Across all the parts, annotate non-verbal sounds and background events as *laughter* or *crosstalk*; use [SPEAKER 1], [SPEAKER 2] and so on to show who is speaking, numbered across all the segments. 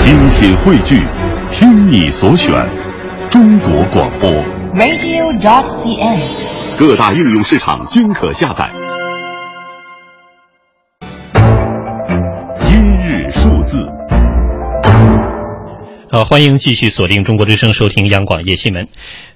[SPEAKER 1] 精品汇聚，听你所选，中国广播。
[SPEAKER 2] radio.cn。
[SPEAKER 1] 各大应用市场均可下载。今日数字，
[SPEAKER 3] 呃，欢迎继续锁定中国之声，收听央广夜新闻。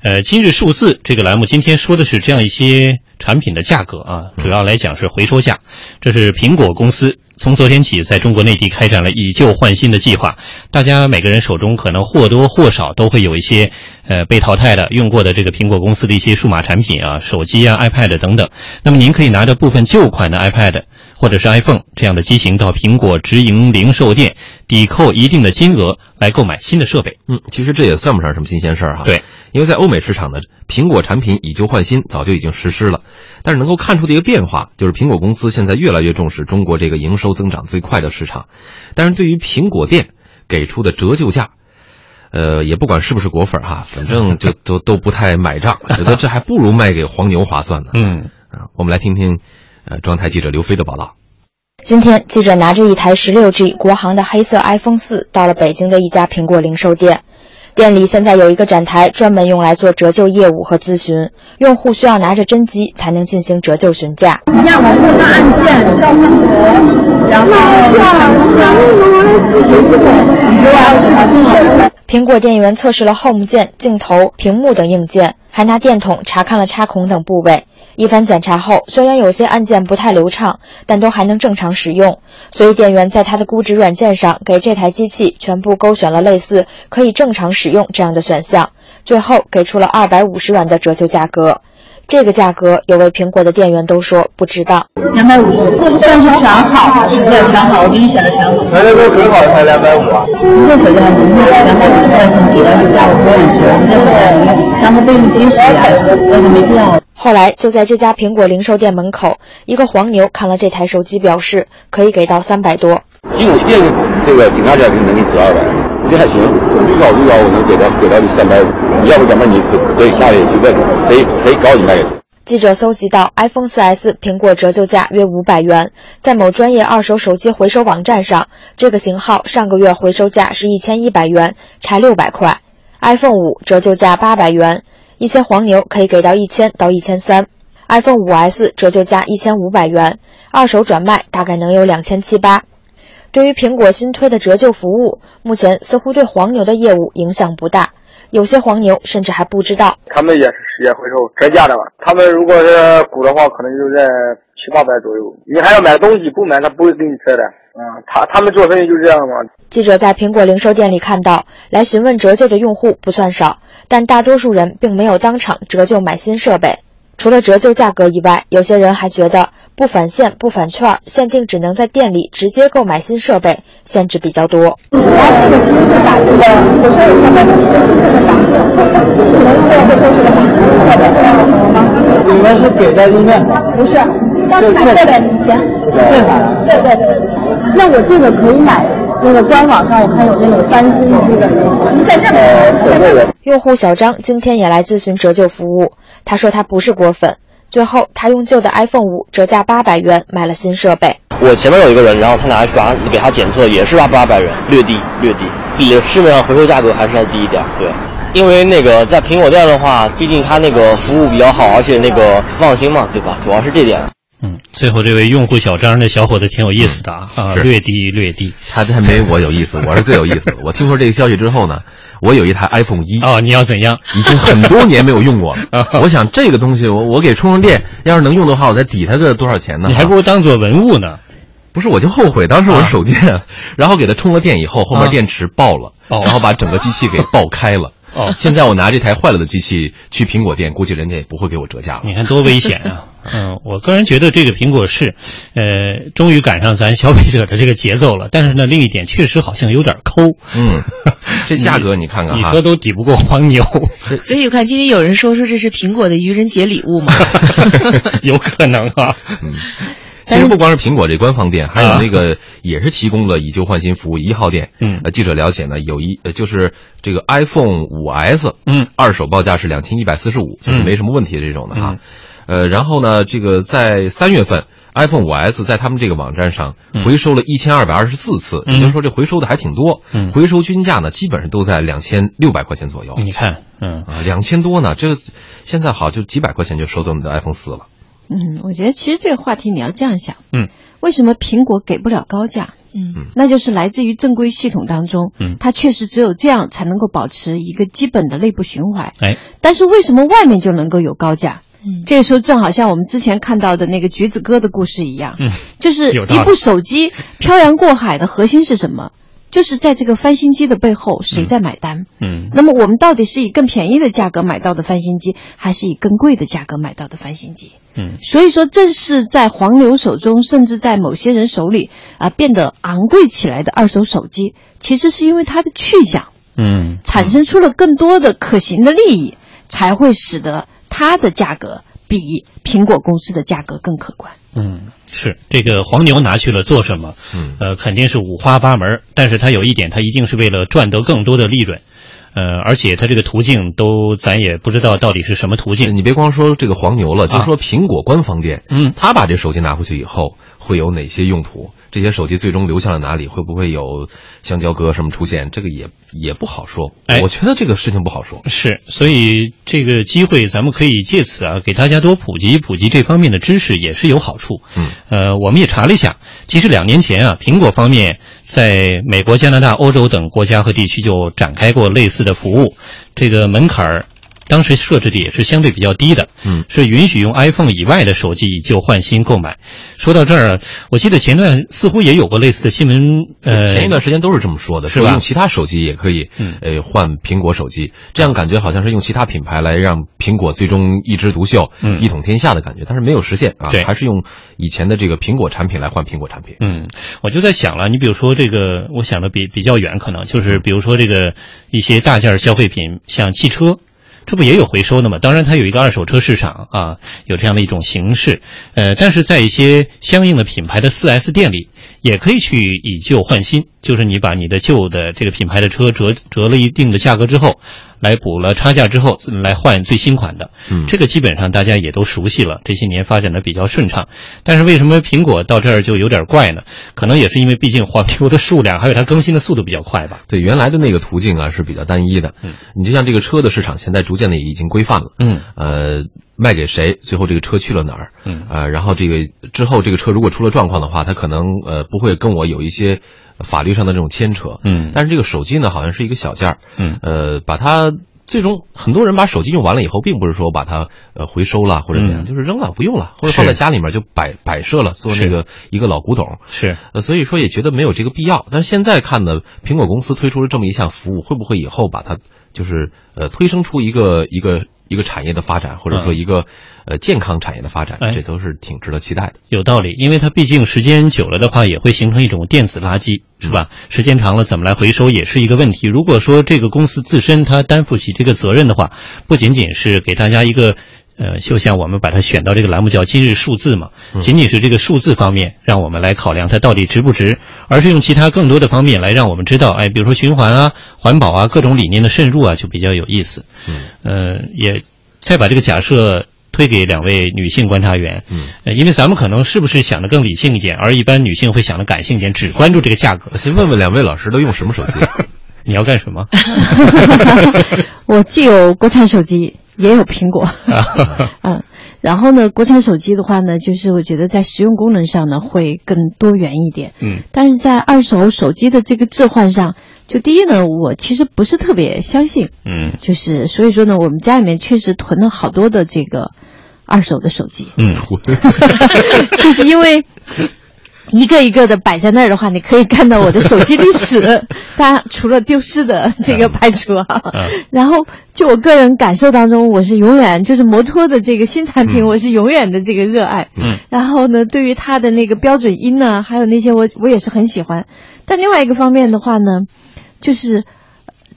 [SPEAKER 3] 呃，今日数字这个栏目，今天说的是这样一些产品的价格啊，主要来讲是回收价。这是苹果公司从昨天起在中国内地开展了以旧换新的计划，大家每个人手中可能或多或少都会有一些呃被淘汰的、用过的这个苹果公司的一些数码产品啊，手机啊、iPad 等等。那么您可以拿着部分旧款的 iPad。或者是 iPhone 这样的机型到苹果直营零售店抵扣一定的金额来购买新的设备。啊
[SPEAKER 4] 嗯，其实这也算不上什么新鲜事儿哈。
[SPEAKER 3] 对，
[SPEAKER 4] 因为在欧美市场呢，苹果产品以旧换新早就已经实施了，但是能够看出的一个变化，就是苹果公司现在越来越重视中国这个营收增长最快的市场，但是对于苹果店给出的折旧价。呃，也不管是不是果粉儿哈，反
[SPEAKER 3] *laughs*
[SPEAKER 4] 正就都都不太买账，觉得这还不如卖给黄牛划算呢。
[SPEAKER 3] 嗯，
[SPEAKER 4] 啊，我们来听听，呃，中央台记者刘飞的报道。
[SPEAKER 5] 今天，记者拿着一台 16G 国行的黑色 iPhone 4到了北京的一家苹果零售店。店里现在有一个展台，专门用来做折旧业务和咨询，用户需要拿着真机才能进行折旧询价。
[SPEAKER 6] 一样我们的按键照相簿，然后你就要是把进来。
[SPEAKER 5] 苹果店员测试了 Home 键、镜头、屏幕等硬件，还拿电筒查看了插孔等部位。一番检查后，虽然有些按键不太流畅，但都还能正常使用。所以店员在他的估值软件上给这台机器全部勾选了类似“可以正常使用”这样的选项，最后给出了二百五十元的折旧价格。这个价格，有位苹果的店员都说不值当。
[SPEAKER 6] 两百五十，算是全好还是没有全好？我给你选的全好。
[SPEAKER 7] 全都都挺好，才两百五啊！
[SPEAKER 6] 这手机还行，这两百五十块钱比的是价格很值，这是然后备用机使用，那就没必要。
[SPEAKER 5] 后来就在这家苹果零售店门口，一个黄牛看了这台手机，表示可以给到三百多。
[SPEAKER 7] 一种电这个顶大价格能给你值二百，这还行。最高最高我能给到给到你三百五，你要不咱们你可可以下去去问谁谁高你卖给谁。
[SPEAKER 5] 记者搜集到 iPhone 4S 苹果折旧价约五百元，在某专业二手手机回收网站上，这个型号上个月回收价是一千一百元，才六百块。iPhone 五折旧价八百元，一些黄牛可以给到一千到一千三。iPhone 5S 折旧价一千五百元，二手转卖大概能有两千七八。对于苹果新推的折旧服务，目前似乎对黄牛的业务影响不大，有些黄牛甚至还不知道。
[SPEAKER 8] 他们也是也回收折价的吧？他们如果是股的话，可能就在七八百左右。你还要买东西，不买他不会给你车的。嗯，他他们做生意就这样嘛。
[SPEAKER 5] 记者在苹果零售店里看到，来询问折旧的用户不算少，但大多数人并没有当场折旧买新设备。除了折旧价格以外，有些人还觉得不返现、不返券，限定只能在店里直接购买新设备，限制比较多。
[SPEAKER 6] 主要这个其实是把这个回收的成本这个房子，只能用这个回收这个房子或者这样的方式。
[SPEAKER 7] 你们是给在地面，
[SPEAKER 6] 不是，要是买设备以前，
[SPEAKER 7] 现场
[SPEAKER 6] 对对对对。那我这个可以买那个官网上，我看有那种三星机的那种，你在这买，在这买。
[SPEAKER 5] 用户小张今天也来咨询折旧服务，他说他不是果粉，最后他用旧的 iPhone 五折价八百元买了新设备。
[SPEAKER 9] 我前面有一个人，然后他拿 H R 给他检测也是八八百元，略低略低，比市面上回收价格还是要低一点。对，因为那个在苹果店的话，毕竟它那个服务比较好，而且那个放心嘛，对吧？主要是这点。
[SPEAKER 3] 嗯，最后这位用户小张这小伙子挺有意思的啊，啊
[SPEAKER 4] 是
[SPEAKER 3] 略低略低。
[SPEAKER 4] 他还没我有意思，我是最有意思的。我听说这个消息之后呢，我有一台 iPhone 一，
[SPEAKER 3] 哦，你要怎样？。
[SPEAKER 4] 已经很多年没有用过了
[SPEAKER 3] *laughs*
[SPEAKER 4] 我想这个东西我我给充上电，要是能用的话，我再抵它个多少钱呢？
[SPEAKER 3] 你还不如当做文物呢。
[SPEAKER 4] 不是，我就后悔当时我
[SPEAKER 3] 啊
[SPEAKER 4] 是手贱， *laughs* 然后给它充了电以后，后
[SPEAKER 3] 啊
[SPEAKER 4] 面电池爆了，
[SPEAKER 3] 哦
[SPEAKER 4] 然后把整个机器给爆开了。
[SPEAKER 3] 哦
[SPEAKER 4] 现在我拿这台坏了的机器去苹果店，估计人家也不会给我折价了。
[SPEAKER 3] 你看多危险啊！嗯，我个人觉得这个苹果是，呃，终于赶上咱消费者的这个节奏了。但是呢，另一点确实好像有点抠。
[SPEAKER 4] 嗯， *laughs* 这价格你看看
[SPEAKER 3] 你
[SPEAKER 4] 哈
[SPEAKER 3] 哥，都抵不过黄牛，
[SPEAKER 10] 所以我看今天有人说说这是苹果的愚人节礼物嘛？
[SPEAKER 3] 有可能啊。
[SPEAKER 4] 其实不光是苹果这官方店，还有
[SPEAKER 3] 啊
[SPEAKER 4] 那个也是提供了以旧换新服务一号店。
[SPEAKER 3] 嗯
[SPEAKER 4] 呃，记者了解呢，有一呃就是这个 iPhone 五 S，
[SPEAKER 3] 嗯，
[SPEAKER 4] 二手报价是两千一百四十五，就是
[SPEAKER 3] 嗯
[SPEAKER 4] 没什么问题的这种的哈。呃，然后呢，这个在三月份 iPhone 5S 在他们这个网站上回收了一千二百二十四次，
[SPEAKER 3] 嗯
[SPEAKER 4] 也就是说这回收的还挺多。
[SPEAKER 3] 嗯
[SPEAKER 4] 回收均价呢，基本上都在两千六百块钱左右。
[SPEAKER 3] 你看，嗯，
[SPEAKER 4] 啊，两千多呢，这现在好就几百块钱就收走你的 iPhone 四了。
[SPEAKER 2] 嗯，我觉得其实这个话题你要这样想，
[SPEAKER 3] 嗯，
[SPEAKER 2] 为什么苹果给不了高价？
[SPEAKER 10] 嗯
[SPEAKER 2] 那就是来自于正规系统当中，
[SPEAKER 3] 嗯
[SPEAKER 2] 它确实只有这样才能够保持一个基本的内部循环。
[SPEAKER 3] 哎，
[SPEAKER 2] 但是为什么外面就能够有高价？
[SPEAKER 10] 嗯
[SPEAKER 2] 这个时候正好像我们之前看到的那个橘子哥的故事一样，
[SPEAKER 3] 嗯，
[SPEAKER 2] 就是
[SPEAKER 3] 有道理
[SPEAKER 2] 一部手机漂洋过海的核心是什么？就是在这个翻新机的背后，谁在买单？
[SPEAKER 3] 嗯，
[SPEAKER 2] 那么我们到底是以更便宜的价格买到的翻新机，还是以更贵的价格买到的翻新机？
[SPEAKER 3] 嗯，
[SPEAKER 2] 所以说正是在黄牛手中，甚至在某些人手里啊、变得昂贵起来的二手手机，其实是因为它的去向
[SPEAKER 3] 嗯，
[SPEAKER 2] 产生出了更多的可行的利益，才会使得它的价格比苹果公司的价格更可观。
[SPEAKER 3] 嗯，是这个黄牛拿去了做什么？
[SPEAKER 4] 嗯
[SPEAKER 3] 呃，肯定是五花八门儿，但是他有一点，他一定是为了赚得更多的利润，呃，而且他这个途径都咱也不知道到底是什么途径。
[SPEAKER 4] 你别光说这个黄牛了，就
[SPEAKER 3] 啊
[SPEAKER 4] 说苹果官方店，
[SPEAKER 3] 嗯
[SPEAKER 4] 他把这手机拿回去以后会有哪些用途？这些手机最终流向了哪里？会不会有香蕉哥什么出现？这个也也不好说。
[SPEAKER 3] 哎
[SPEAKER 4] 我觉得这个事情不好说。
[SPEAKER 3] 是，所以这个机会咱们可以借此啊，给大家多普及普及这方面的知识，也是有好处。
[SPEAKER 4] 嗯，
[SPEAKER 3] 呃，我们也查了一下，其实两年前啊，苹果方面在美国、加拿大、欧洲等国家和地区就展开过类似的服务，这个门槛儿。当时设置的也是相对比较低的，
[SPEAKER 4] 嗯
[SPEAKER 3] 是允许用 iPhone 以外的手机以旧换新购买。说到这儿，啊我记得前段似乎也有过类似的新闻，呃，
[SPEAKER 4] 前一段时间都是这么说的，
[SPEAKER 3] 是
[SPEAKER 4] 说
[SPEAKER 3] 吧
[SPEAKER 4] 用其他手机也可以
[SPEAKER 3] 嗯，
[SPEAKER 4] 呃，换苹果手机，这样感觉好像是用其他品牌来让苹果最终一枝独秀、
[SPEAKER 3] 嗯
[SPEAKER 4] 一统天下的感觉，但是没有实现啊
[SPEAKER 3] 对，
[SPEAKER 4] 还是用以前的这个苹果产品来换苹果产品。
[SPEAKER 3] 嗯，我就在想了，你比如说这个，我想的比比较远，可能就是比如说这个一些大件儿消费品，像汽车，这不也有回收的吗？当然，它有一个二手车市场啊，有这样的一种形式。呃，但是在一些相应的品牌的 4S 店里，也可以去以旧换新，就是你把你的旧的这个品牌的车折折了一定的价格之后，来补了差价之后，来换最新款的。
[SPEAKER 4] 嗯
[SPEAKER 3] 这个基本上大家也都熟悉了，这些年发展的比较顺畅。但是为什么苹果到这儿就有点怪呢？可能也是因为毕竟 *laughs* 黄牛的数量还有它更新的速度比较快吧。
[SPEAKER 4] 对原来的那个途径啊是比较单一的。
[SPEAKER 3] 嗯，
[SPEAKER 4] 你就像这个车的市场，现在逐渐的也已经规范了。
[SPEAKER 3] 嗯，
[SPEAKER 4] 呃，卖给谁，最后这个车去了哪儿？
[SPEAKER 3] 嗯
[SPEAKER 4] 呃，然后这个之后这个车如果出了状况的话，它可能呃不会跟我有一些法律上的这种牵扯。
[SPEAKER 3] 嗯
[SPEAKER 4] 但是这个手机呢，好像是一个小件儿。
[SPEAKER 3] 嗯
[SPEAKER 4] 呃，把它。最终，很多人把手机用完了以后，并不是说把它呃回收了或者怎样，
[SPEAKER 3] 嗯
[SPEAKER 4] 就是扔了不用了，或者放在
[SPEAKER 3] 是
[SPEAKER 4] 家里面就摆摆设了，做
[SPEAKER 3] 是
[SPEAKER 4] 那个一个老古董。
[SPEAKER 3] 是，
[SPEAKER 4] 呃，所以说也觉得没有这个必要。但是现在看呢，苹果公司推出了这么一项服务，会不会以后把它就是呃推生出一个一个一个产业的发展，或者说一个、呃健康产业的发展
[SPEAKER 3] 哎，
[SPEAKER 4] 这都是挺值得期待的。
[SPEAKER 3] 有道理，因为它毕竟时间久了的话，也会形成一种电子垃圾，是吧？时间长了怎么来回收也是一个问题。如果说这个公司自身它担负起这个责任的话，不仅仅是给大家一个。呃，就像我们把它选到这个栏目叫“今日数字”嘛，仅仅是这个数字方面，让我们来考量它到底值不值，而是用其他更多的方面来让我们知道，哎，比如说循环啊、环保啊各种理念的渗入啊，就比较有意思。嗯，呃，也再把这个假设推给两位女性观察员，
[SPEAKER 4] 嗯
[SPEAKER 3] 呃，因为咱们可能是不是想的更理性一点，而一般女性会想的感性一点，只关注这个价格。
[SPEAKER 4] 先问问两位老师都用什么 *laughs* 手机？
[SPEAKER 3] 你要干什么？ *laughs*
[SPEAKER 2] 我既有国产手机，也有苹果。
[SPEAKER 3] 啊
[SPEAKER 2] *laughs* 嗯，然后呢，国产手机的话呢，就是我觉得在实用功能上呢会更多元一点。
[SPEAKER 3] 嗯，
[SPEAKER 2] 但是在二手手机的这个置换上，就第一呢，我其实不是特别相信，
[SPEAKER 3] 嗯
[SPEAKER 2] 就是所以说呢，我们家里面确实囤了好多的这个二手的手机，
[SPEAKER 3] 嗯，
[SPEAKER 2] *laughs* 就是因为。一个一个的摆在那儿的话，你可以看到我的手机历
[SPEAKER 3] *laughs*
[SPEAKER 2] 史。当然，除了丢失的这个排除啊，
[SPEAKER 3] 嗯
[SPEAKER 2] 然后就我个人感受当中，我是永远就是摩托的这个新产品，我是永远的这个热爱。
[SPEAKER 3] 嗯，
[SPEAKER 2] 然后呢，对于它的那个标准音呢，还有那些我我也是很喜欢。但另外一个方面的话呢，就是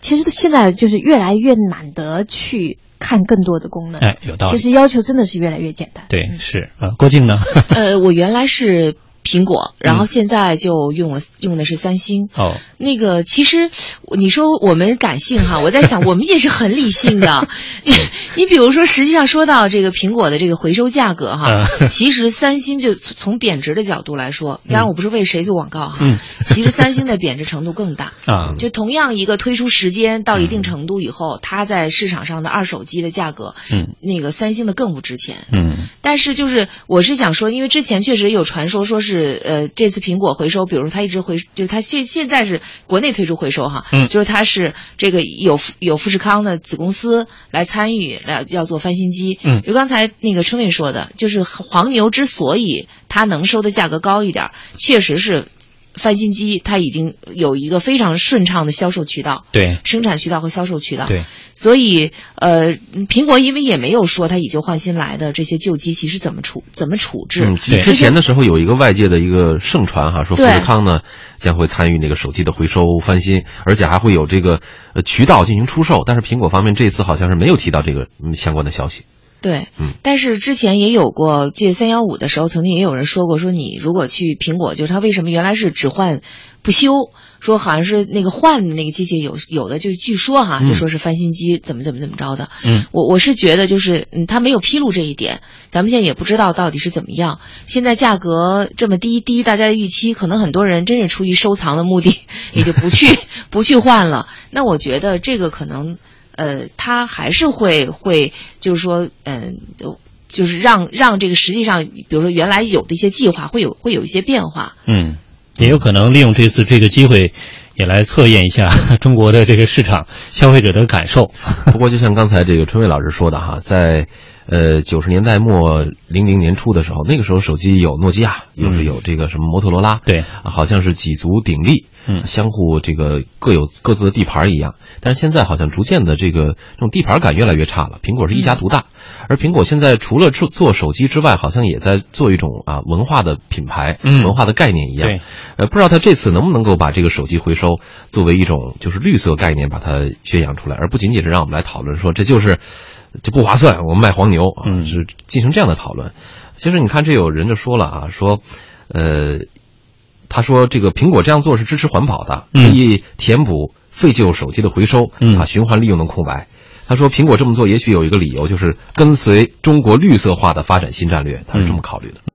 [SPEAKER 2] 其实现在就是越来越难得去看更多的功能。
[SPEAKER 3] 哎，有道理。
[SPEAKER 2] 其
[SPEAKER 3] 呃
[SPEAKER 2] 实要求真的是越来越简单。
[SPEAKER 3] 对，是啊，郭靖呢？ *laughs*
[SPEAKER 10] 呃，我原来是苹果，然后
[SPEAKER 3] 嗯
[SPEAKER 10] 现在就用了、用的是三星。
[SPEAKER 3] 哦，
[SPEAKER 10] 那个其实你说我们感性哈，我在想我们也是很理性
[SPEAKER 3] *laughs*
[SPEAKER 10] 的。你 *laughs* 你比如说，实际上说到这个苹果的这个回收价格哈，
[SPEAKER 3] 嗯
[SPEAKER 10] 其实三星就从从贬值的角度来说，当然我不是为谁做广告哈，
[SPEAKER 3] 嗯
[SPEAKER 10] 其实三星的贬值程度更大。
[SPEAKER 3] 啊，
[SPEAKER 10] 就同样一个推出时间到一定程度以后，它在市场上的二手机的价格，
[SPEAKER 3] 嗯
[SPEAKER 10] 那个三星的更不值钱。
[SPEAKER 3] 嗯
[SPEAKER 10] 但是就是我是想说，因为之前确实有传说说是呃这次苹果回收，比如说它一直回，就是它现现在是国内推出回收哈，
[SPEAKER 3] 嗯
[SPEAKER 10] 就是它是这个有富有富士康的子公司来参与来要做翻新机，
[SPEAKER 3] 嗯
[SPEAKER 10] 就刚才那个春伟说的，就是黄牛之所以它能收的价格高一点儿，确实是翻新机它已经有一个非常顺畅的销售渠道。
[SPEAKER 3] 对
[SPEAKER 10] 生产渠道和销售渠道，
[SPEAKER 3] 对，
[SPEAKER 10] 所以呃，苹果因为也没有说它以旧换新来的这些旧机器是怎么处怎么处置，
[SPEAKER 4] 嗯，
[SPEAKER 3] 对
[SPEAKER 4] 之前的时候有一个外界的一个盛传哈，说富
[SPEAKER 10] 对
[SPEAKER 4] 士康呢将会参与那个手机的回收翻新，而且还会有这个呃渠道进行出售。但是苹果方面这次好像是没有提到这个嗯相关的消息。
[SPEAKER 10] 对，
[SPEAKER 4] 嗯
[SPEAKER 10] 但是之前也有过，记得三幺五的时候，曾经也有人说过，说你如果去苹果，就是它为什么原来是只换不修，说好像是那个换的那个机器有有的就据说哈，
[SPEAKER 4] 嗯
[SPEAKER 10] 就说是翻新机怎么怎么怎么着的，
[SPEAKER 3] 嗯，
[SPEAKER 10] 我我是觉得就是嗯，它没有披露这一点，咱们现在也不知道到底是怎么样。现在价格这么低，低于大家的预期，可能很多人真是出于收藏的目的， *laughs* 也就不去不去换了。那我觉得这个可能，呃，它还是会会就是说，嗯、就就是让让这个实际上，比如说原来有的一些计划会有会有一些变化。
[SPEAKER 3] 嗯，也有可能利用这次这个机会，也来测验一下 *laughs* 中国的这个市场消费者的感受。
[SPEAKER 4] *laughs* 不过就像刚才这个春卫老师说的哈，在呃九十年代末零零年初的时候，那个时候手机有诺基亚，又是有这个什么摩托罗拉，
[SPEAKER 3] 嗯对
[SPEAKER 4] 啊好像是几足鼎立，
[SPEAKER 3] 嗯
[SPEAKER 4] 相互这个各有各自的地盘一样。但是现在好像逐渐的这个这种地盘感越来越差了。苹果是一家独大，
[SPEAKER 3] 嗯
[SPEAKER 4] 而苹果现在除了做做手机之外，好像也在做一种啊文化的品牌、
[SPEAKER 3] 嗯
[SPEAKER 4] 文化的概念一样。
[SPEAKER 3] 对
[SPEAKER 4] 呃，不知道他这次能不能够把这个手机回收作为一种就是绿色概念把它宣扬出来，而不仅仅是让我们来讨论说这就是就不划算，我们卖黄牛啊，
[SPEAKER 3] 嗯
[SPEAKER 4] 是进行这样的讨论。其实你看，这有人就说了啊，说，呃，他说这个苹果这样做是支持环保的，可
[SPEAKER 3] 嗯
[SPEAKER 4] 以填补废旧手机的回收、
[SPEAKER 3] 嗯
[SPEAKER 4] 啊循环利用的空白。他说，
[SPEAKER 3] 嗯
[SPEAKER 4] 苹果这么做也许有一个理由，就是跟随中国绿色化的发展新战略，他是这么考虑的。